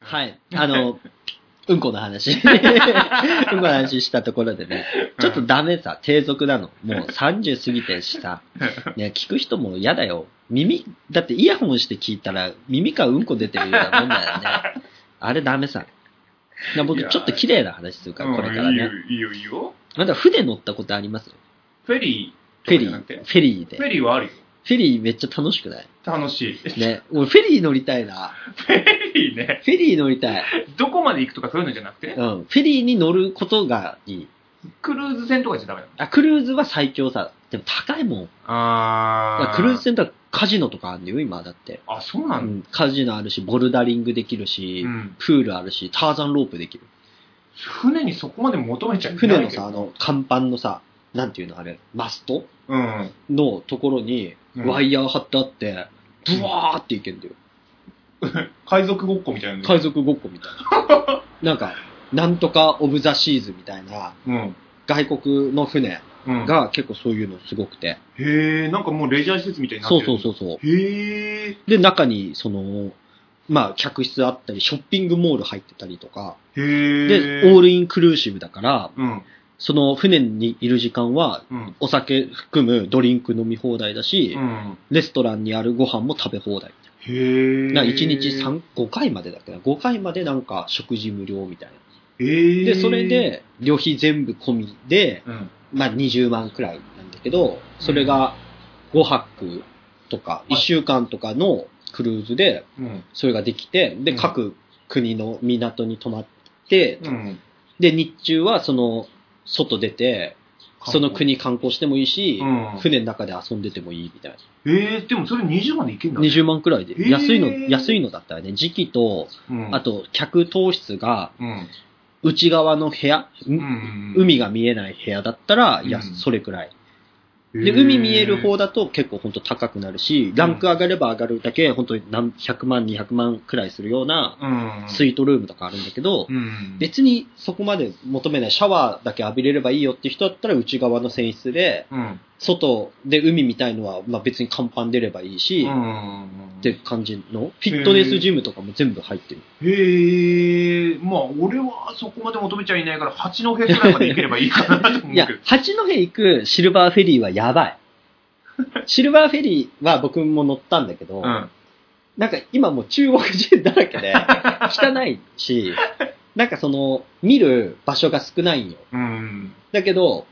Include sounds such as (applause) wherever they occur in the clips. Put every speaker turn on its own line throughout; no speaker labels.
はい。あの、うんこの話。 (laughs) うんこの話したところでね、ちょっとダメさ、低俗なの。もう30過ぎてした。ね、聞く人も嫌だよ。耳、だってイヤホンして聞いたら耳からうんこ出てるようなもんだよね。あれダメさ。な僕
いやー
ちょっと綺麗な話するから、これから
うんいいよ
ね。、
いいよ、いいよ。
まだ船乗ったことあります
フェリー
フェ
とかじ
リ
ゃな
ー。
く
フ
て。
ェリーで。
フェリーはあるよ。
フェリーめっちゃ楽しく
(laughs)
ない
楽
(laughs)
しい。
ね。俺フェリー乗りたいな。
フェリーね、
フェリー乗りたい。
どこまで行くとかそういうのじゃなくて
う、ん。フェリーに乗ることがいい。
クルーズ船とかじゃダメなの。
あ、クルーズは最強さ。でも高いもん。だか
あ
らクルーズ船だったらカジノとかあるんだよ、今だって。
あ、そう
う
なんだ。
ん。カジノあるし、ボルダリングできるし、
うん。
プールあるし、ターザンロープできる。
船にそこまで求めちゃいけな
船
い
のさ、あの、甲板のさ、なんていうのあれ、マスト
うん。
のところに、
うん
ワイヤー張ってあって、ブワーっていけんだよ。
海賊ごっこみたいな。
海。賊ごっこみたい
(laughs)
な。なんか、なんとかオブザシーズみたいな、
うん。
外国の船
うん。
が結構そういうのすごくて。
へえ、なんかもうレジャー施設みたいになっ
そう
てる。
そうそうそう。
う。へえ、
で、中に、その、まあ、客室あったり、ショッピングモール入ってたりとか、
へえ。
で、オールインクルーシブだから、
うん。
その船にいる時間は、
うん。
お酒含むドリンク飲み放題だし、
うん。
レストランにあるご飯も食べ放題。
へえ。
な1日3 5回までだっけな、5回までなんか食事無料みたいな。
へえ。
で、それ、で、旅費全部込みで、
うん。
まあ20万くらいなんだけど、それが5泊とか、1週間とかのクルーズで、
うん。
それができて、で、
うん
各国の港に泊まって、
うん。
で、日中はその、外出て、その国観光してもいいし、
うん
船の中で遊んでてもいいみたい
えー、でもそれ20までいけん
な。
だね。
20万くらいで
へ。ー
安いの、安いのだったらね、時期と、
うん。
あと、客当室が、
うん。
内側の部屋、
うんん。
海が見えない部屋だったら、
うん
やそれくらい。
うん。
で、
へー
海見える方だと結構ほんと高くなるし、ランク上がれば上がるだけ、本当に何100万、200万くらいするような
うん。
スイートルームとかあるんだけど、
うん。
別にそこまで求めない、シャワーだけ浴びれればいいよって人だったら内側の船室で、
うん。
外で海見たいのは、まあ、別に甲板出ればいいし、
う
っ
ん。
て感じの、フィットネスジムとかも全部入ってる。
へえ、まあ、俺はそこまで求めちゃいないから、八戸くらいまで行ければいいかなと思う
いや
けど。、
八戸行くシルバーフェリーはや (laughs) ばい。シルバーフェリーは僕も乗ったんだけど、
うん。
なんか今もう中国人だらけで、汚い (laughs) し、なんかその、見る場所が少ないんよ。
うん。
だけど、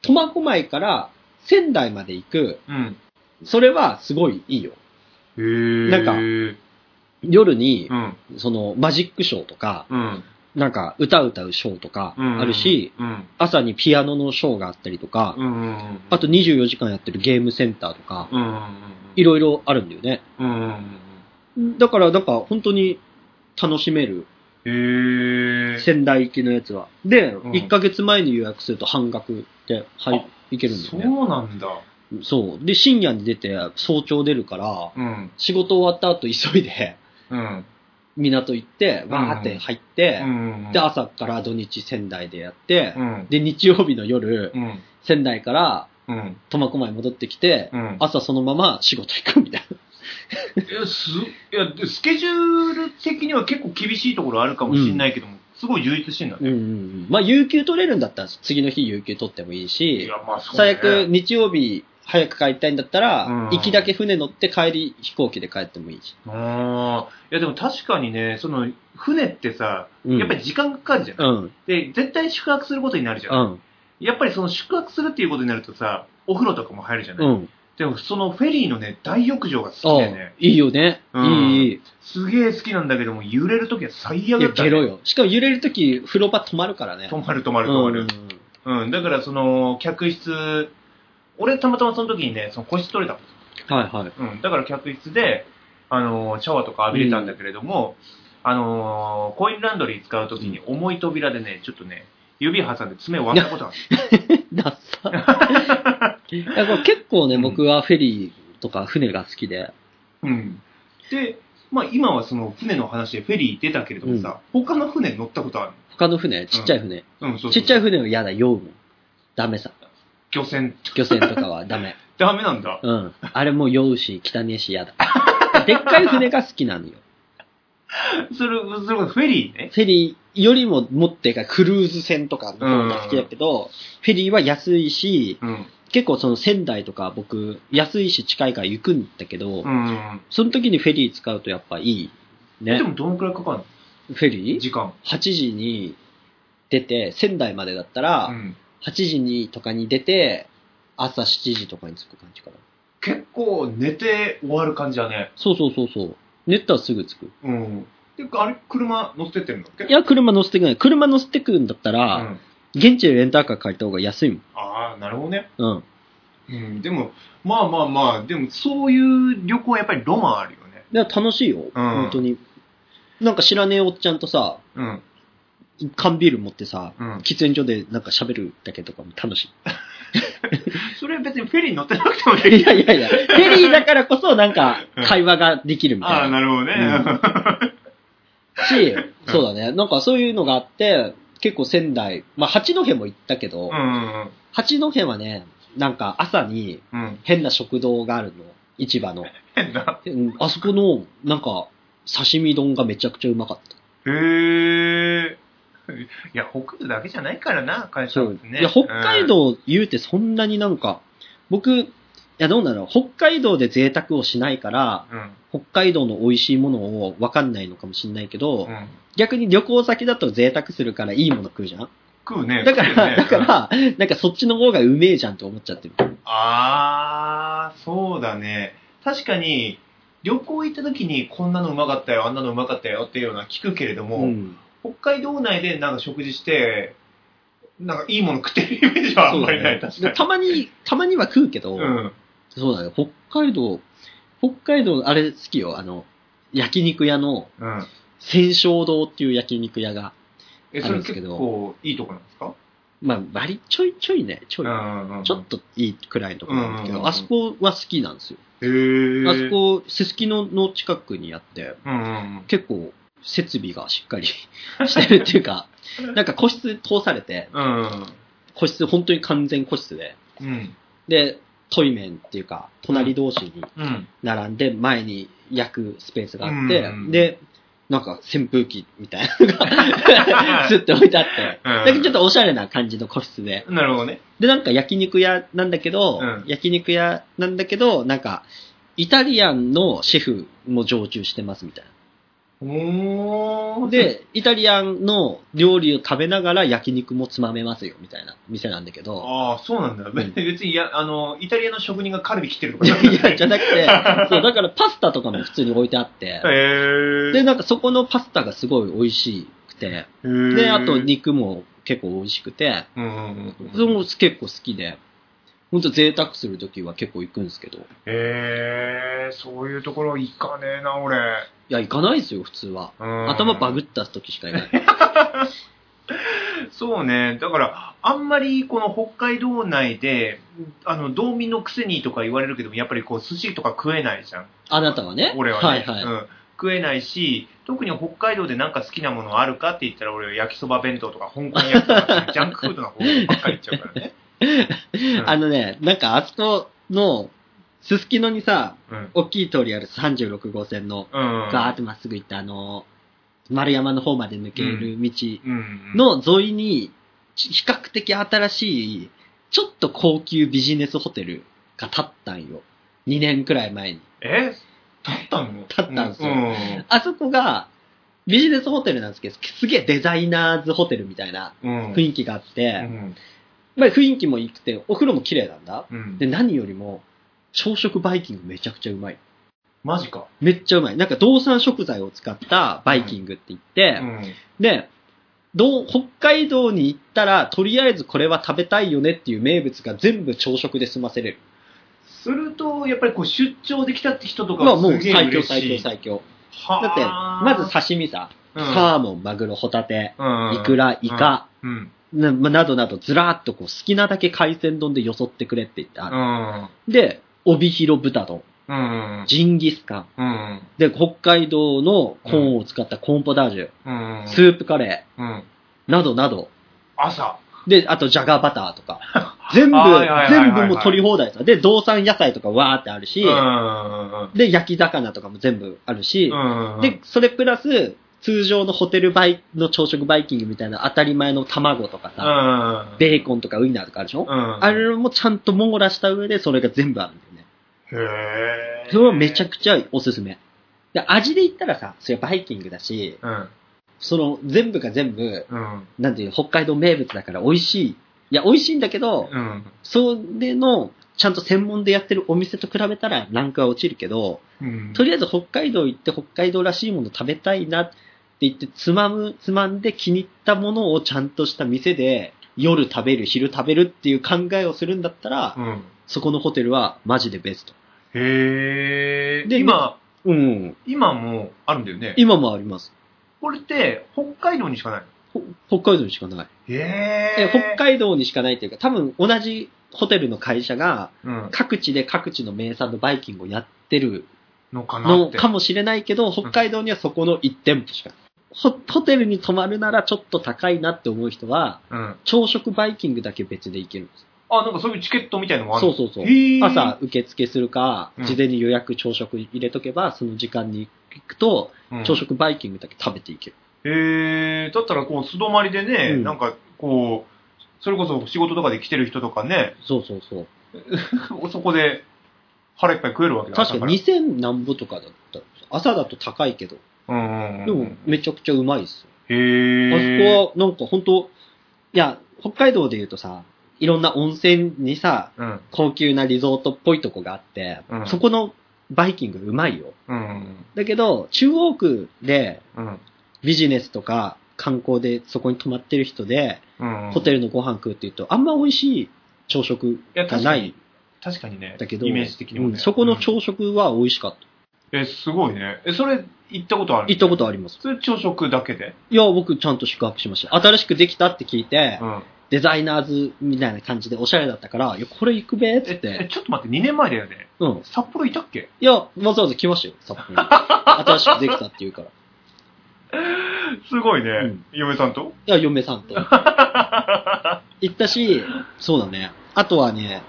苫小牧から仙台まで行く、
うん。
それはすごいいいよ。
へえ。
なんか
う
夜に、
ん。
そのマジックショーとか、
うん。
なんか歌歌うショーとか
うん。
あるし、、
うん。
朝にピアノのショーがあったりとか、
うん。
あと、24時間やってるゲームセンターとか、
うん。
いろいろあるんだよね。
うん。
だから、なんか本当に楽しめる。
へえ。
仙台行きのやつは。で、
うん
1ヶ月前に予約すると半額で、はい、行けるんだ
そ
よね。
うなんだ。
そう。で、深夜に出て、早朝出るから、
うん。
仕事終わった後急いで、
うん。
港行って、わーって入って、
うん。
で、朝から土日仙台でやって、
うん。
で、日曜日の夜、
うん。
仙台から
うん。
苫小牧戻ってきて、
うん。
朝そのまま仕事行くみたい
いや、す、いや、でスケジュール的には結構厳しいところあるかもしれないけども、すごい充実してんだね。
な。うんうんうん。まあ、有給取れるんだったら、次の日有給取ってもいい
い
し
や、、まあ、そう、
最
ね。
悪、日曜日早く帰りたいんだったら、
うん
行きだけ船乗って帰り飛行機で帰ってもいいし。
うーん。いや、でも確かにね、その、船ってさ、
うん、
やっぱり時間がかかるじゃん。
うん、
で、絶対宿泊することになるじゃ。
うんん、
やっぱりその宿泊するっていうことになるとさ、お風呂とかも入るじゃない。
うん。
でもそのフェリーのね、大浴場が好き
あ
でね、
いいよね。
うん
いい、いい。
すげえ好きなんだけども、揺れるときは最
い
悪だ
や、
った、
ゲ
ね。
ロよ。しかも揺れるとき、風呂場止まるからね。
止まる止まる止まる。うん、だからその、客室、俺たまたまその時にね、その個室取れたの
うん。はいはい。
うん、だから客室で、あのーシャワーとか浴びれたんだけれども、あのーコインランドリー使うときに重い扉でね、ちょっとね、指挟んで爪割ったことがある。
ダッサ。
(laughs)
いやこれ結構ね、
うん
僕はフェリーとか船が好きで。
うん。で、まあ今はその船の話でフェリー出たけれどもさ、他の船乗ったことある
他の船、ちっちゃい船。
うん、そうそう
ちっちゃい
い。
船は嫌だ、酔うもん。ダメさ。
漁船。
漁船とかはダ
(laughs)
メ。
ダメなんだ。
うん。あれもう酔うし、汚ねえし嫌だ。でっかい船が好きなのよ。
それ、それこそフェリーね。
フェリーよりももっとでかいクルーズ船とかの方が好きだけど、フェリーは安いし、
うん。
結構その仙台とか僕、安いし近いから行くんだけど、
うん。
その時にフェリー使うとやっぱいい。ね
で。もどのくらいかかる
フェ
の
リー
時間。
?8 時に出て、仙台までだったら、
うん。
8時にとかに出て、朝7時とかに着く感じかな。
結構寝て終わる感じだね。
そうそうそうそう。寝たらすぐ着く。
うん。で、あれ、車乗ってってんだっけ
いや、車乗せてくない。車乗せてくんだった
う
ら、
ん。
現地でレンタカー借りた方が安いもん。
ああ、なるほどね。
うん。
うん。でも、まあまあまあ、でもそういう旅行はやっぱりロマンあるよね。
で楽しいよ、本当に。なんか知らねえおっちゃんとさ、
うん。
缶ビール持ってさ、
うん。
喫煙所でなんか喋るだけとかも楽 (laughs) し
それ別にフェリー乗ってなくても
い。
い
い
い。
やいやいや、フェリーだからこそなんか
うん
会話ができるみ
あ
た
あ、
いな。
なるほどね。
し、そうだね、なんかそういうのがあって、結構仙台、まあ八戸も行ったけど、
うん。うん。
八戸はね、なんか朝に
うん。
変な食堂があるの、市場の。
変な。
うんあそこの、なんか、刺身丼がめちゃくちゃうまかった。
へえ。いや、北部だけじゃないからな、会社ってね。
いや、北海道言うてそんなになんか、僕、いや、どうなの北海道で贅沢をしないから、
うん。
北海道の美味しいものを分かんないのかもしれないけど、
うん。うん。
逆に旅行先だと贅沢するからいいもの食うじゃん
食うね。
だから、
食うよね
だか。ら、なんかそっちの方がうめえじゃんって思っちゃってる。
あー、そうだね。確かに、旅行行った時にこんなのうまかったよ、あんなのうまかったよっていうのは聞くけれども、
うん。
北海道内でなんか食事して、なんかいいもの食ってるイメージはあんまりない、
そう
確
だね
かに。
たまに、たまには食うけど、
うん。
そうだね。北海道、北海道、あれ好きよ。あの、焼肉屋の、
うん。
千勝堂っていう焼肉屋が、
え、
あ
そ
るん
れ
ですけ
結
ど
構いいとこなんですか
まあ、割ちょいちょいね、ちょ
う
い。
んうんうん。
ちょっといいくらいのところなんだけ
うんうんうんう
ど、
ん
あそこは好きなんですよ。
へー。
あそこ、すすきのの近くにあって、
うんうん
結構設備がしっかり (laughs) してるっていうか、なんか個室通されて、
うん。うん
個室、本当に完全個室で、
うん。
で、トイメンっていうか、隣同士に
うん。
並んで、前に焼くスペースがあって、
うん
で、なんか扇風機みたいなのが
(laughs)
スッて置いてあって、
う
だ
ん
けどちょっとおしゃれな感じの個室で、
なるほどね。
で、なんか焼肉屋なんだけど、
うん
焼肉屋なんだけど、なんか、イタリアンのシェフも常駐してますみたい
お
な。
ー。、
で、イタリアンの料理を食べながら焼肉もつまめますよみたいな店なんだけど、
ああ、そうなんだ。
ん
別に、いや、あの、イタリアの職人がカルビ切ってるとか
い
じゃなくて
や、じゃなくて、そう、だからパスタとかも普通に置いてあって、
へ
で、なんかそこのパスタがすごい美味しくて、
ー
で、あと、肉も結構美味しくて、
うんうんうん
それも結構好きで、ほんと贅沢するときは結構行くんですけど、い
へえ、そういうところ行かねえな、俺。
や、行かないですよ、普通は。
うん
頭バグった時しかいない。
(laughs) そうね。だから、あんまりこの北海道内で、あの、道民のくせにとか言われるけども、やっぱりこう、寿司とか食えないじゃん。
あなたはね。
俺はね。
はいはい。
うん食えないし、特に北海道でなんか好きなものあるかって言ったら、俺は焼きそば弁当とか、香港焼きとか、ジャンクフードな方ばっかり行っちゃうか
(laughs)
らね。うん
あのね、なんかあそこの、すすきのにさ、
うん。
大きい通りある36号線の、
うん。
ガーってまっすぐ行ったあの、丸山の方まで抜ける道
うん。
の沿いに、ち比較的新しい、ちょっと高級ビジネスホテルが建ったんよ。2年くらい前に。
え立ったの
立ったんすよ
うん
あそこが、ビジネスホテルなんですけど、すげえデザイナーズホテルみたいな
うん。
雰囲気があっ
う
て、
ん。
まあ雰囲気もいくて、お風呂も綺麗なんだ。
うん
で、何よりも、朝食バイキングめちゃくちゃうまい。
マジか。
めっちゃうまい。なんか動産食材を使ったバイキングって言っ
う
て、
ん。
で、どう、北海道に行ったら、とりあえずこれは食べたいよねっていう名物が全部朝食で済ませれる。
すると、やっぱりこう、出張できたって人とか
まあ
は
も
す
う
げえ
最強
嬉し
最強
い。
最強。
は
だって、
あ
まず、刺身さ、
うん
サーモン、マグロ、ホタテ、
うん
イクラ、イカ、
うん。
ななどなどずらーっとこう好きなだけ海鮮丼でよそってくれって言っ
う
た。
ん。
で、帯広豚丼、
うん。
ジンギスカン、
うん。
で、北海道のコーンを使ったコーンポタージュ、
うん。
スープカレ
うん。
ー、などなど、
朝。
で、あと、ジャガーバターとか。
(laughs)
全部
あーはいはい、はいはい
全部もう取り放題さ。で、道産野菜とかわーってあるし、
うん
で、焼き魚とかも全部あるし、
うん。
で、それプラス、通常のホテルバイの朝食バイキングみたいな当たり前の卵とか
う
さ、
ん。
ベーコンとかウインナーとかあるでしょ、
うん。
あれもちゃんと網羅した上でそれが全部あるんだよね。
へえ。
それはめちゃくちゃおすすめ。で味で言ったらさ、それはバイキングだし、
うん。
その全部が全部、
うん。
なんていうの、北海道名物だから美味しい。いや、美味しいんだけど、
うん。
それの、ちゃんと専門でやってるお店と比べたらランクは落ちるけど、
うん。
とりあえず北海道行って北海道らしいもの食べたいなって言って、つまむ、つまんで気に入ったものをちゃんとした店で、夜食べる、昼食べるっていう考えをするんだったら、
うん。
そこのホテルはマジでベスト。
へえ。
で
今、
うん。
今もあるんだよね。
今もあります。
これって、北海道にしかないの
ほ北海道にしかない。
へ
え
え。
北海道にしかないというか、多分同じホテルの会社が
うん。
各地で各地の名産のバイキングをやってる
のかな
の
って。
かもしれないけど、北海道にはそこの1店舗しかない。ホホテルに泊まるならちょっと高いなって思う人は、
うん。
朝食バイキングだけ別で行けるんです。
あ、なんかそういうチケットみたいのもある
そうそうそう。
へー
朝受付するか
う、ん
事前に予約朝食入れとけば、その時間に行くと、
うん
朝食バイキングだけ食べていける。
へえ、だったらこう、素泊まりでね、
うん
なんかこう、それこそ仕事とかで来てる人とかね、
そうそうそう。
そこで腹いっぱい食えるわけだ
確か
朝ら
2000何歩とかだったんですよ朝だと高いけど、
うんうんうん、
でもめちゃくちゃうまいですよ。あ
へえ。
そこはなんか本当いや、北海道で言うとさ、いろんな温泉にさ、
うん、
高級なリゾートっぽいとこがあって、
うん
そこのバイキングうまいよ。
うん、
だけど、中央区で
うん、
ビジネスとか観光でそこに泊まってる人で、
うん。
ホテ
ル。
ルのご飯食うっていうと、あんま美味しい朝食
いや、
が
確
な
か
い
に。確かにね。
んだけど、
イメージ的にもね。
うんそこの
うん
朝食は美味しかった。
え、すごいね。え、それ、行ったことある
行ったこと
ある。
あります。
それ朝食だけで
いや、僕ちゃんと宿泊しました。新しくできたって聞いて、
うん。
デザイナーズみたいな感じでおしゃれだったから、いや、これ行くべーっつっ
え、え
て。
ちょっと待って、2年前だよね。
うん。
札幌いたっけ
いや、わざわざ来ましたよ、札幌に。新しくできたって言うから。い
すごいね。
うん
嫁さんと
や、嫁さん
(laughs)
と。行ったし、そうだね。あとはね、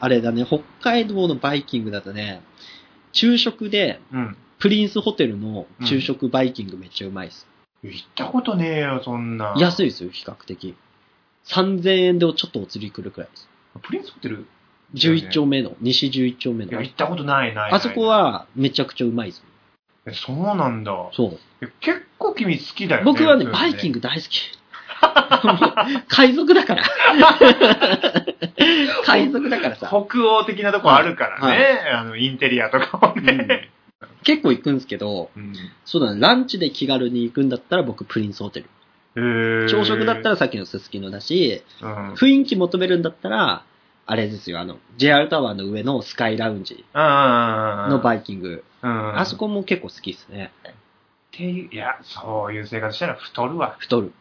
あれだね、北海道のバイキングだとね、昼食で、
うん。
プリンスホテルの昼食バイキングめっちゃうまいです。
行ったことねえよ、そんな。
安いですよ、比較的。3000円でちょっとお釣り来るくらいです。
プリンスホテル
11丁目の、西11丁目
いや、
の。
行ったことないな。
あそこはめちゃくちゃうまいです。
ない。えそうなんだ。
そう。
え結構君好きだよね。
僕はね、バイキン
グ。
グ大好き。 (laughs) もう海賊だ
(laughs)
から。海賊だからさ。
北欧的なとこあるからね。
はい
あの、インテリアとかもね。
結構行くんですけど、
うん。
そうだね、ランチで気軽に行くんだったら僕プリンスホテル。
へー
朝食だったらさっきのすすきのだし、
うん。うん
雰囲気求めるんだったら、あれですよ、あの、JR タワーの上のスカイラウンジのバイキング。
うん。
あそ
こ。
こも結構好きですね。
っていう、いや、そういう生活したら太るわ。
太る。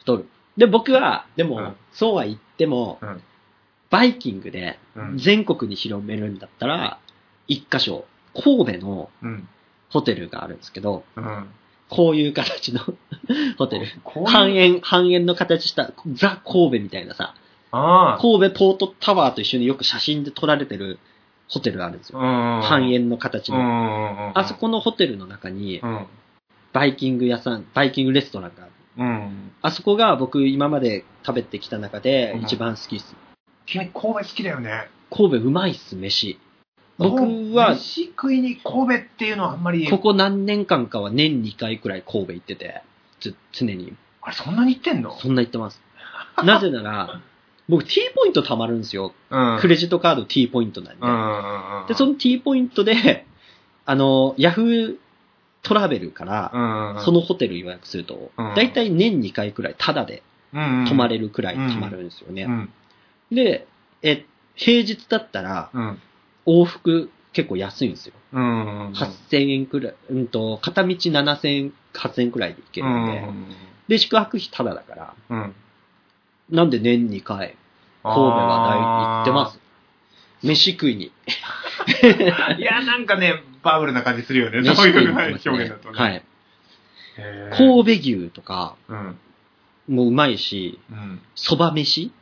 太る。で、僕は、でも、
うん
そうは言っても、
うん
バイキングで
うん。
全国に広めるんだったら、一箇所、神戸の
うん。
ホテルがあるんですけど、
うん。
こういう形の (laughs) ホテル。
こう
半
いう。
円、半円の形した、ザ・神戸みたいなさ、
あ
神戸ポートタワーと一緒によく写真で撮られてるホテルがあるんです
あ。
よ。
うん。
半円の形
うんう
の。
んうん。
あそこのホテルの中に
う、ん。
バイキング屋さん、バイキングレストランがある。
うん。
あそこが僕今まで食べてきた中で
うん
一番好きっす。
君、神戸好きだよね。
神戸うまいっす、飯。僕は、
飯食いに神戸っていうのはあんまり。
ここ何年間かは年2回くらい神戸行ってて、つ常に。
あれ、そんなに行ってんの
そんな行って
(laughs)
ます。なぜなら、僕 T ポイント貯まるんですよ。
うん
クレジットカード T ポイントなんで。で、そ
の、
の T ポイントで、 (laughs) あの、Yahoo トラベルから、そ
の、
のホテル予約すると、
うん
だいたい年2回くらいタダで
泊
泊ま
れ
れるくらい泊まるんですよ
う
ね。
ん。
で、え、平日だったら、
うん。
往復結構安いんですよ。
うん。
8000円くらい、うんと、片道7000円、8000円くらいで行けるんで、で、宿泊費タダだから、
うん。うん。
なんで年2回、神戸は大行ってます。飯食いに。
あー。いや、なんかね、バブルな感じするよね。
(laughs) 飯
そう
食
い
いうに行っ
表
てます
現だと
ね。は
ね。
い。
へー
神戸牛とか、
うん。
もううまいし、
うん。
蕎麦飯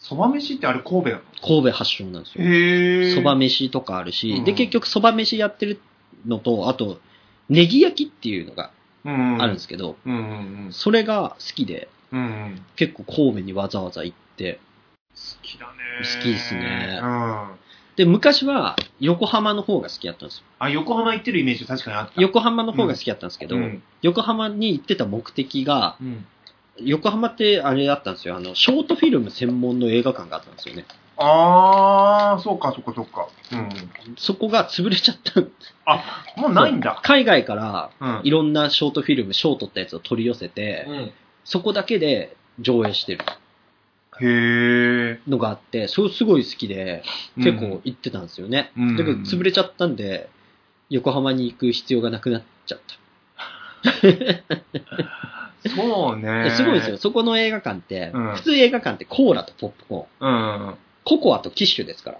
そば飯ってあれ神戸なの
神戸発祥なんですよ。
へ
蕎麦飯とかあるし、
うん。
で、結局蕎麦飯やってるのと、あと、ネギ焼きっていうのがあるんですすけど、
うんうん
それが好きで、
うん。うんうん。
結構神戸にわざわざ行って、
好きだね。
好きですね
うん。
で、昔は横浜の方が好きだったんですよ。
あ、横浜行ってるイメージ確かにあった。
横浜の方が好きだったんですけど、
うん。
横浜に行ってた目的が、
うん。
横浜ってあれだったんですよ、あの、ショートフィルム専門の映画館があったんですよね。
あー、そうかそうかそうか。うん。
そこが潰れちゃった。
もうないんだ。
海外から
うん
い。ろんなショートフィルム、賞を取ったやつを取り寄せて、
うん
そこだけで上映してる
へえ。
のがあって、それすごい好きで、結構行ってたんですよね。
うん
だけど潰れちゃったんで、横浜に行く必要がなくなっちゃっ
うん。そう
た。
ね
で。すごいですよ。。そこの映画館って、
うん
普通映画館ってコーラとポップコーン、
うん。
ココアとキッシュです
(laughs)
から。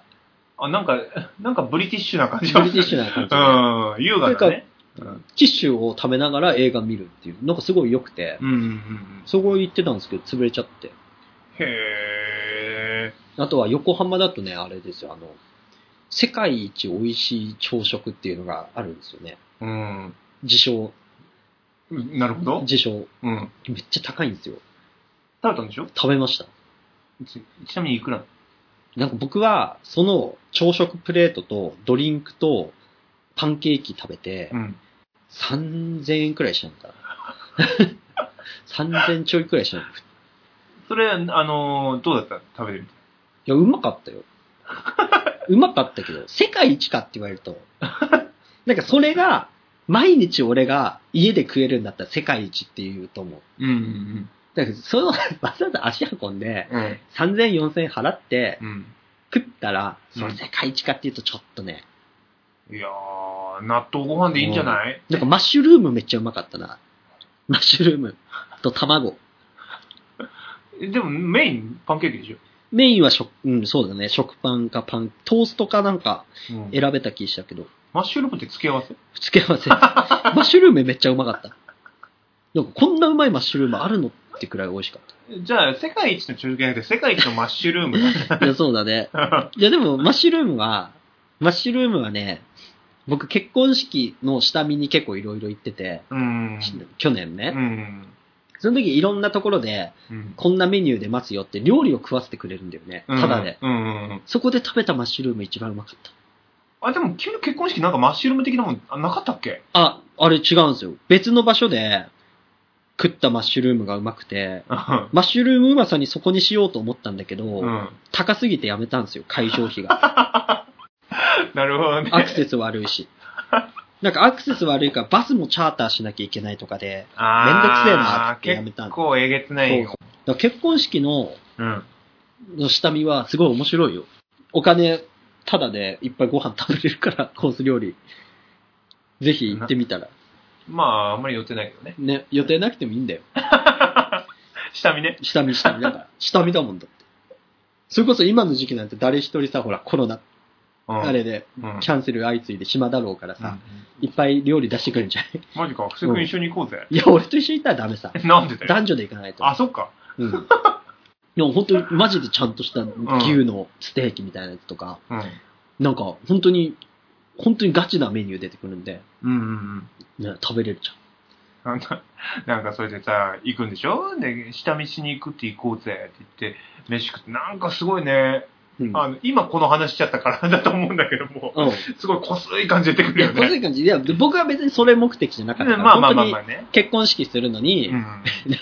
あ、なんか、なんかブリティッシュな感
ブリ
じ
テ
が
ィッシュな感じで。
うん。優雅だね。うん
キッシュを食べながら映画見るっていう、なんかすごい良くて、
うんうんうん。
そこ行ってたんですけど、潰れちゃって。
へえ。
あとは横浜だとね、あれですよ、あの、世界一美味しい朝食っていうのがあるんですよね。
うん。
自称、
なるほど。
自称。
うん。
めっちゃ高いんですよ。
食べたんでしょ
食べました。
ちちなみにいくら
なんか僕は、その朝食プレートとドリンクとパンケーキ食べて、
ん。
3000円くらいしたの (laughs) かな。3000ちょいくらいしたの。い
それ、あのー、どうだった食べてみて。
や、うまかったよ。うまかったけど、世界一かって言われると、なんかそれが、毎日俺が家で食えるんだったら世界一って言うと思う。
うんうん
だから、その、わざわざ足運んで、
うん。うん。
3000、4000払って、
う
食ったら、
うん
その世界一かっていうとちょっとね、
ん。いやー、納豆ご飯でいいんじゃない
なんかマッシュルームめっちゃうまかったな。マッシュルームと卵。
えでもメインパンケーキでしょ
メインは食、うん、そうだね。食パンかパン、トーストかなんか
うん
選べた気したけど、
マッシュルームって付け合わせ
付け合わ
(laughs)
せ。マッシュルームめっちゃうまかった。なんかこんなうまいマッシュルームあるのってくらい美味しかっ
じゃあ、世界一の中継で世界一のマッシュルー (laughs) ムだ。
た。いや、そうだね。いや、でもマッシュルームは、マッシュルームはね、僕結婚式の下見に結構いろいろ行ってて、
うん。
去年
う
ね。
ん。
その時いろんなところで、
うん。
こんなメニューで待つよって料理を食わせてくれるんだよね。ただで。。
うんうんうん。
そこで食べたマッシュルーム一番うまかった。
あ、でも、急に結婚式なんかマッシュルーム的なもん、あなかったっけ
あ、あれ違うんですよ。別の場所で食ったマッシュルームがうまくて、
うん。
マッシュルームうまさにそこにしようと思ったんだけど、
うん。
高すぎてやめたんですよ、会場費 (laughs) が。
なるほどね。
アクセス悪いし。なんかアクセス悪いからバスもチャーターしなきゃいけないとかで、めんどくせえなってやめた
あー
ん
結構えげつない
だ
よ。
から結婚式の
うん。
の下見はすごい面白いよ。お金、ただでいっぱいご飯食べれるから、コース料理。ぜひ行ってみたら。
まあ、あんまり寄ってないけどね。
ね、予定なくてもいいんだよ。
下見ね。
下見下見だ
(laughs)
から。下見だもんだって。それこそ今の時期なんて誰一人さ、ほら、コロナ、
うん
あれで、
うん。
キャンセル相次いで暇だろうから
う
さ
ん、
いっぱい料理出してくるん (laughs) じゃない
マジか、布施君一緒に行こうぜ。
いや、俺と一緒にいたらダメさ。
なんでだよ。
男女で行かないと。
あ、そっか。
うん。でも本当に、マジでちゃんとした牛のステーキみたいなやつとか、
うん。
なんか、本当に、本当にガチなメニュー出てくるんで、
うんうんうん。
ね、食べれるじゃん。
なんか、なんかそれでさ、行くんでしょで、下見しに行くって行こうぜって言って、飯食って、なんかすごいね、
うん。
あの、今この話しちゃったからだと思うんだけども、 (laughs)
うん。
すごい濃すい感じ出てく
い
る
(laughs) や、
よ
こうい
ね。
う感じ。いや、僕は別にそれ目的じゃなかった
う
か
ん
ら。
まあまあまあ
本
ま
当に
あね。
結婚式するのに、
うん
な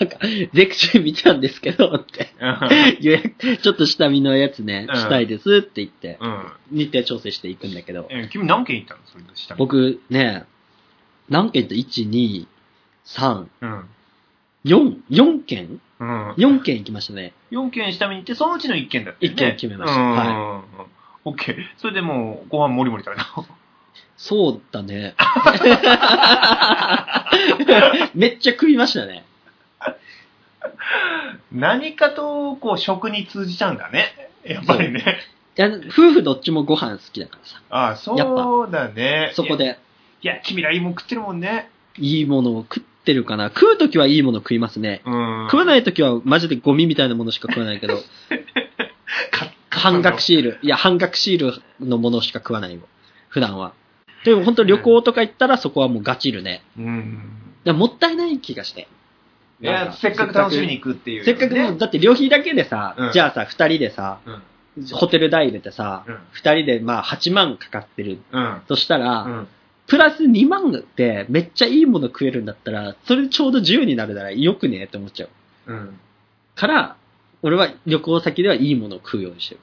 んか、ゼクシー見たんですけど、って、予約、ちょっと下見のやつね、
うん
したいですって言って、
うん。うん
日程調整していくんだけど、
え。君何件行ったのそれで下見。
僕ね、何件と ?1、2、3、
うん。
4、4件
うん。
?4 件行きましたね。
4件下見に行って、そのうちの1件だったよね。
一件決めました
うん
はい
オッケー。それでもう、ご飯もりもり食べた。
そうだね。 (laughs) めっちゃ食いましたね。
何かと、こう、食に通じちゃうんだね。やっぱりね。
いや夫婦どっちもご飯好きだからさ、
ああ、そうだね。
そこで
いや。いや、君らいいもん食ってるもんね。
いいものを食っってるかな食うときはいいもの食いますね。
うん。
食わ
い
ないときはマジでゴミみたいなものしか食わないけ
(laughs)
ど、半額シール、いや、半額シールのものしか食わないよ。普段は。でも本当旅行とか行ったらそこはもうガチるね。
うん。
だからもったいない気がして。
いや、せっかく楽しみに行くっていう。
せっかくもう、
ね。
だって旅費だけでさ、
うん
じゃあさ、二人でさ、
うん。
ホテル代入れてさ、
うん
二人でまあ8万かかってる。
うん。
そしたら、
うん。
プラス2万ってめっちゃいいもの食えるんだったら、それでちょうど10になるならよくねって思っちゃう。
うん。
から、俺は旅行先ではいいものを食うようにしてる。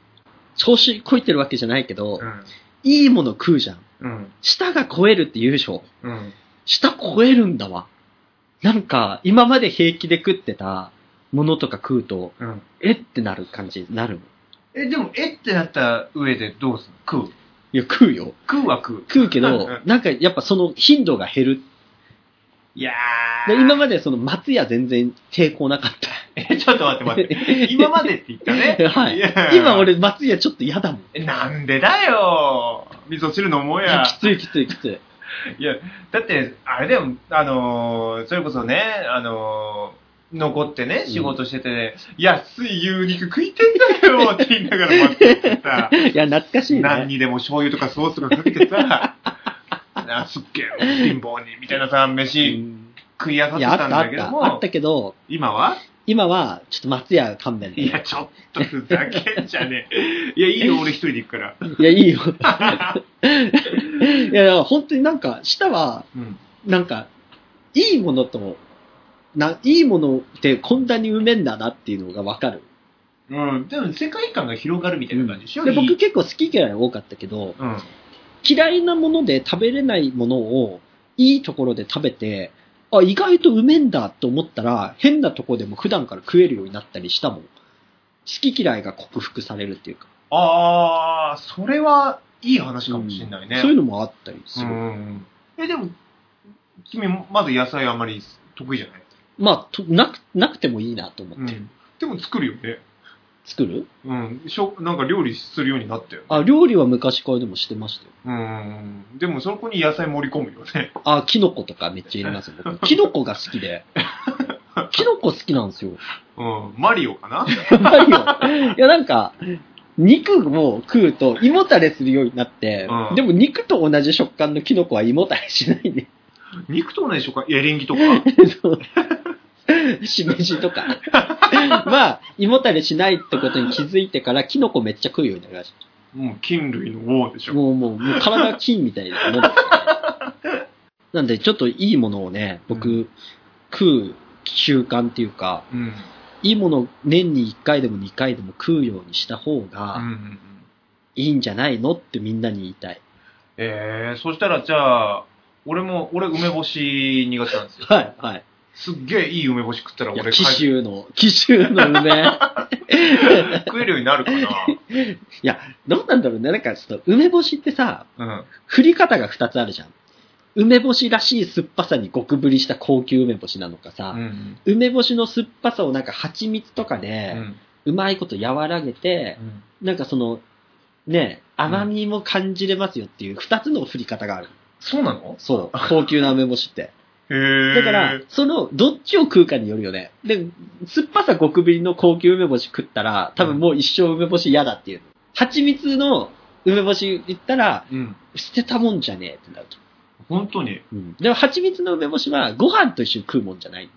調子こいてるわけじゃないけど、いいもの食うじゃん。
うん。
舌が超えるって言うでしょ。
うん。
舌超えるんだわ。なんか、今まで平気で食ってたものとか食うと、
うん。
えってなる感じになるの。
え、でも、えってなった上でどうすんの食う。
いや、食うよ。
食うは食う。
食うけ
うん
ど
うん、
なんかやっぱその頻度が減る。
いや
で今までその松屋全然抵抗なかった。。
で。 (laughs) え、ちょっと待って待って。今までって言ったね
はい
や
今。俺松屋ちょっと嫌だもん。
えなんでだよ。味噌汁飲もうや。
きついきついきつい。
いや、だって、あれだよ、あのーそれこそね、あのー残ってね、仕事してて、安い牛肉食いてんだよって言いながら待っててさ、
いや、懐かしい
何
ね。
にでも醤油とかソースとかかけ
(laughs)
てさ、なすっげえ、貧乏に、みたいなさ、
う
飯
ん
食いあさっ
い
て
や、あ
た
っ
ん
たあ
だ
っ
けど
た。あ
も
っ、たけど、
今は
今はちょっと松屋勘弁で。
い
い
や、ちょっとふざけんじゃねえ。
(laughs)
いや、いいよ、俺一人で行くから。
や、いいよ。 (laughs) いやいや、本当になんか、舌は、
うん。
なんか、いいものと、な、いいものってこんなにうめえんだなっていうのがわかる。
うん、でも世界観が広がるみたいな感じでしょ、
で
い
僕
い
結構好き嫌い多かったけど、
うん。
嫌いなもので食べれないものを、いいところで食べて、あ、意外とうめえんだと思ったら、変なとこでも普段から食えるようになったりしたもん。好き嫌いが克服されるっていうか。
ああ、それはいい話かもしれないね。
そういうのもあったりす
う
る。
んうんうんえ、でも、君、まず野菜あんまり得意じゃない、
まあとなく、なくてもいいなと思って。
うん、でも作るよね。
作る
うん。しょなんか料理するようになったよ。
あ、料理は昔からでもしてましたよ。
うんうんうん。でも、そこに野菜盛り込むよね。 (laughs)
あ、キノコとかめっちゃ入れますよ。僕キノコが好きで。キノコ好きなんですよ。
うん。マリオか (laughs) な
マリオ。いや、なんか、肉も食うと胃もたれするようになって、
うん
でも肉と同じ食感のキノコは胃もたれしないね。
肉と同じ食感エリンギ (laughs) とか。
そうしめじと
(laughs)
か。まあ、胃もたれしないってことに気づいてから、キノコめっちゃ食うようになりまし。
うん。菌類の王でしたょ。
もう、もう、もう体が金みたいなもんですから
(laughs)
ねなんで、ちょっといいものをね、僕、
う
食う習慣っていうか、
うん。
いいものを年に1回でも2回でも食うようにした方
うんう
が、
んうん。
いいんじゃないのってみんなに言いたい。
えー、そしたらじゃあ、俺も、俺梅干し苦手なんですよ。
はい、はい。
すっげえいい梅干し食ったら
いや
俺
紀州の、紀州の梅。 (laughs)
(laughs) 食えるようになるか
どうなんだろうね。なんかちょっと梅干しってさ、
な。うん。
振り方が2つあるじゃん。梅干しらしい酸っぱさに極振りした高級梅干しなのか
う
さ、
ん。
梅干しの酸っぱさをなんか蜂蜜とか
う
で、
ん。
うまいこと和らげて
う、ん
なんかその、ね、甘みも感じれますよっていう2つの振り方がある。
そうなの
そう。高級な梅干しって。
へえ。
だから、その、どっちを食うかによるよね。で、酸っぱさ極瓶の高級梅干し食ったら、多分もう一生梅干し嫌だっていう。蜂蜜の梅干し行ったら、
うん。
捨てたもんじゃねえってなると。
本当に。
うん。でも蜂蜜の梅干しは、ご飯と一緒に食うもんじゃない。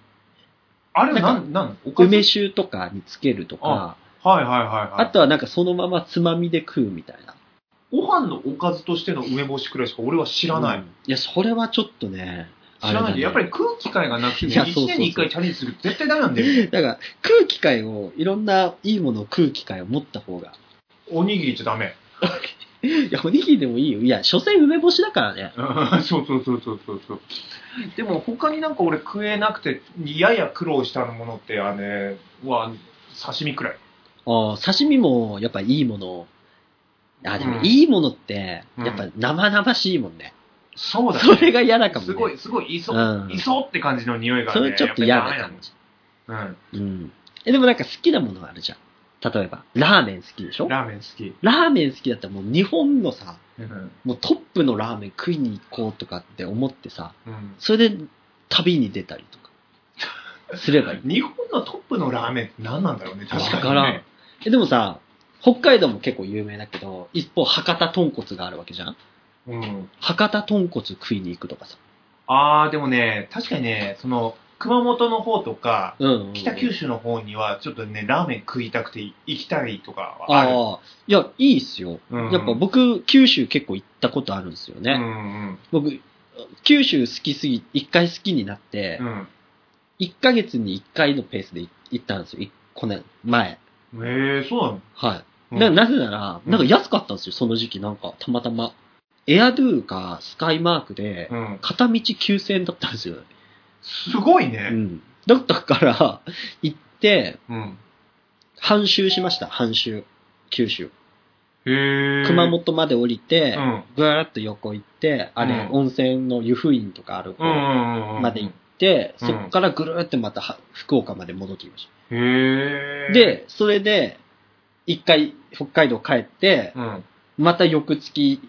あれは
なん
なん、なんおかず
梅酒とかにつけるとか、
はいはいはい
あ
はい。
とはなんかそのままつまみで食うみたいな。
ご飯のおかずとしての梅干しくらいしか俺は知らない。
うんいや、それはちょっとね、
知ら
あれ
ない
だ
で、
ね
やっぱり食う機会がなくて、
いやそうそうそ
1
う
年に1回チャレンジするって絶対ダメなんだよ。
だから、食う機会を、いろんないいものを食う機会を持った方が。
おにぎりじゃダメ。
いや、おにぎりでもいいよ。いや、所詮梅干しだからね。
うん (laughs) そうそうそうそうそうそう。でも他になんか俺食えなくて、やや苦労したものって、あれは刺身くらい。
あー刺身もやっぱいいものをあ、で
う
も
ん
いいものって、
うん
やっぱ生々しいもんね。
そうだ
それが嫌だかもね。
すごい、すごい、いそうう、
ん
い。そうって感じの匂いがね。
それちょっと嫌
や
な
ぱりダメ
感
な
じ。
のうん。
うん。え、でもなんか好きなものあるじゃん。例えば、ラーメン好きでしょラ
ラーメン好き。
ーメン好きだったらもう日本のさ、もうトップのラーメン食いに行こうとかって思ってさ、
うん。
それで旅に出たりとか、すればいい。
日本のトップのラーメンって何なんだろうね、 (laughs) 確かに、ね。
わからん。え、でもさ、北海道も結構有名だけど、一方博多豚骨があるわけじゃん
うん。
博多豚骨食いに行くとかさ。
あー、でもね、確かにね、その、熊本の方とか、
うん、うん。
北九州の方には、ちょっとね、ラーメン食いたくて行きたいとかはある。
ああ、いや、いいっすよ。
うん
やっぱ僕、九州結構行ったことあるんですよ
う
ね。
ん
僕、九州好きすぎ、一回好きになって
う、ん。
一ヶ月に一回のペースで行ったんですよ。いこの前。
うん。へえー、そうなの
はい。
うん
な、なぜなら、
うん
なんか安かったんですよ、その時期。なんか、たまたま。エアドゥかスカイマークで、
うん。
片道9000円だったんですよ。
すごいうね。
ん。だったから、行って、
うん。
半周しました、半周。九州。
へえ。
熊本まで降りて、
うん。
ぐわーっと横行って、あれ、
うん
温泉の湯布院とかある
うん
方
うんうん。
まで行って、
うん
そっからぐるーってまたは福岡まで戻ってきまし
へ
た。
え。、
で、それで、一回北海道帰って、
うん。
また翌月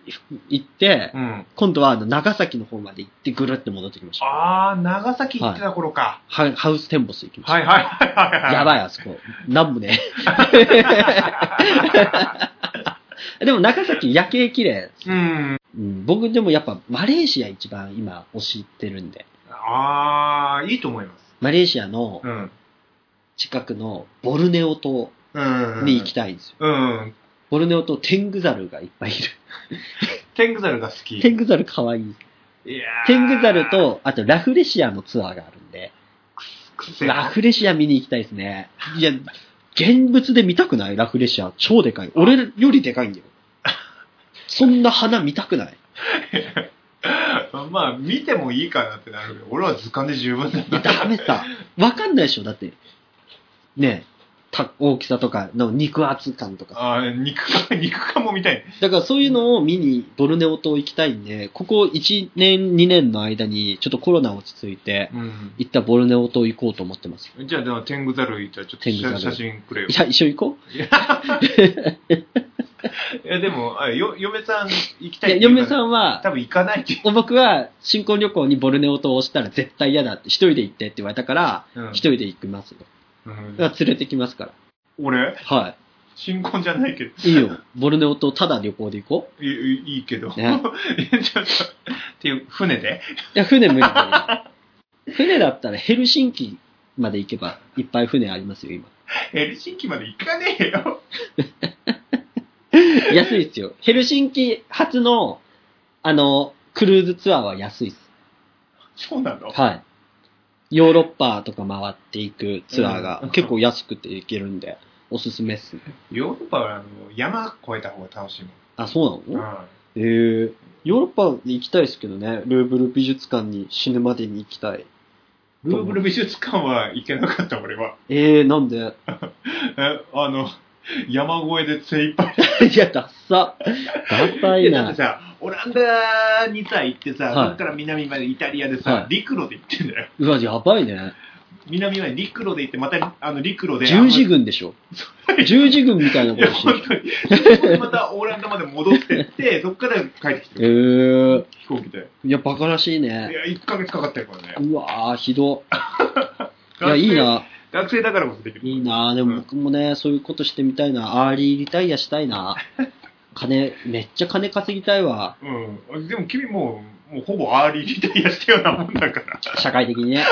行って、
うん。
今度はあの長崎の方まで行ってぐるーって戻ってきました。
あー、長崎行ってた頃か。
ハハウステンボス行きました。
はいはいはいはい。
やば
い。
い、あそこ。なんも
(laughs)
ね。でも長崎夜景綺麗、
うん。
うん。僕でもやっぱマレーシア一番今推してるんで。
あー、いいと思います。
マレーシアの
うん。
近くのボルネオ島
うん。
に行きたいんですよ。
うん。
ボルネオ島テングザルがいっぱいいる。
天狗猿が好き。
テングザルかわいい。
いやー
テングザル、と、あとラフレシアのツアーがあるんで、
くせ
ラフレシア見に行きたいですね。いや、現物で見たくないラフレシア。超でかい。俺よりでかいんだよ。そんな花見たくない。
まあ、見てもいいかなってなるけど、俺は図鑑で十分だ
いや、ダメさ。わかんないでしょ。だって、ねえた大きさとかの肉厚感とかさ
あー肉か、 (laughs) 肉かもみたい。
だからそういうのを見にボルネオ島行きたいんで、ここ1年、2年の間にちょっとコロナ落ち着いて、
うん。
行ったボルネオ島行こうと思ってます。
じゃあ、でも天狗猿行ったら、ちょっと
天狗
写
猿
写真くれよ
い。や、一緒に行こ
いや、でも、あよ嫁さん行き
う
た
いや、
いって言うから。
嫁さんは、
多分行かないって
僕は新婚旅行にボルネオ島をしたら絶対嫌だって、一人で行ってって言われたから、
言う。
一人で行きますよ。
うん
だから連れてきますから。
俺
は
新婚じゃないけど、
い。いいよ。ボルネオ島ただ旅行で行こ
いいいいけど。
ね
え (laughs) ちょっと、っていう、船で
う。いや、船無理
(laughs)
だよ。船だったらヘルシンキまで行けば、いっぱい船ありますよ、今。
ヘルシンキまで行かねえよ。
安いっすよ。ヘルシンキ初の、あの、クルーズツアーは安いっす。
そうなの
はい。ヨーロッパとか回っていくツアー
う
が
ん
結構安くて行けるんで、おすすめっすね。
ヨーロッパはあの山越えた方が楽しい
あ、そう
も。
なんの
うん
へえヨーロッパに行きたいですけどね、ルーブル美術館に死ぬまでに行きたい。
ルーブル美術館は行けなかった、俺は。
えー、
(laughs)
なんで
え、あの、山越えで精一杯。
いや、ダッサ。ダサい
やだっ
な
て。さ、オランダにさ、行ってさ、
はい
そっから南までイタリアでさ、
はい
陸路で行ってんだよ。
うわ、やばいね。
南まで陸路で行って、またあの陸路で。
十字軍でしょ。十字軍みたいないこ
や、
として
(laughs) 本
る。
当に。そこでまたオランダまで戻ってって、そっから帰ってきて
え
る、
ー、
(laughs) 飛行機で。
いや、バカらしい
い
ね。
や、1ヶ月かかってるからね。
うわー、ひど。いや、いい。な。
学生だからこそできる。
いいなでも僕もね、そういうことしてみたいな。アーリーリタイアしたい
(laughs)
な。金、めっちゃ金稼ぎたいわ。
うん。でも君もう、もうほぼアーリーリタイアしたようなもんだから。
社会的にね。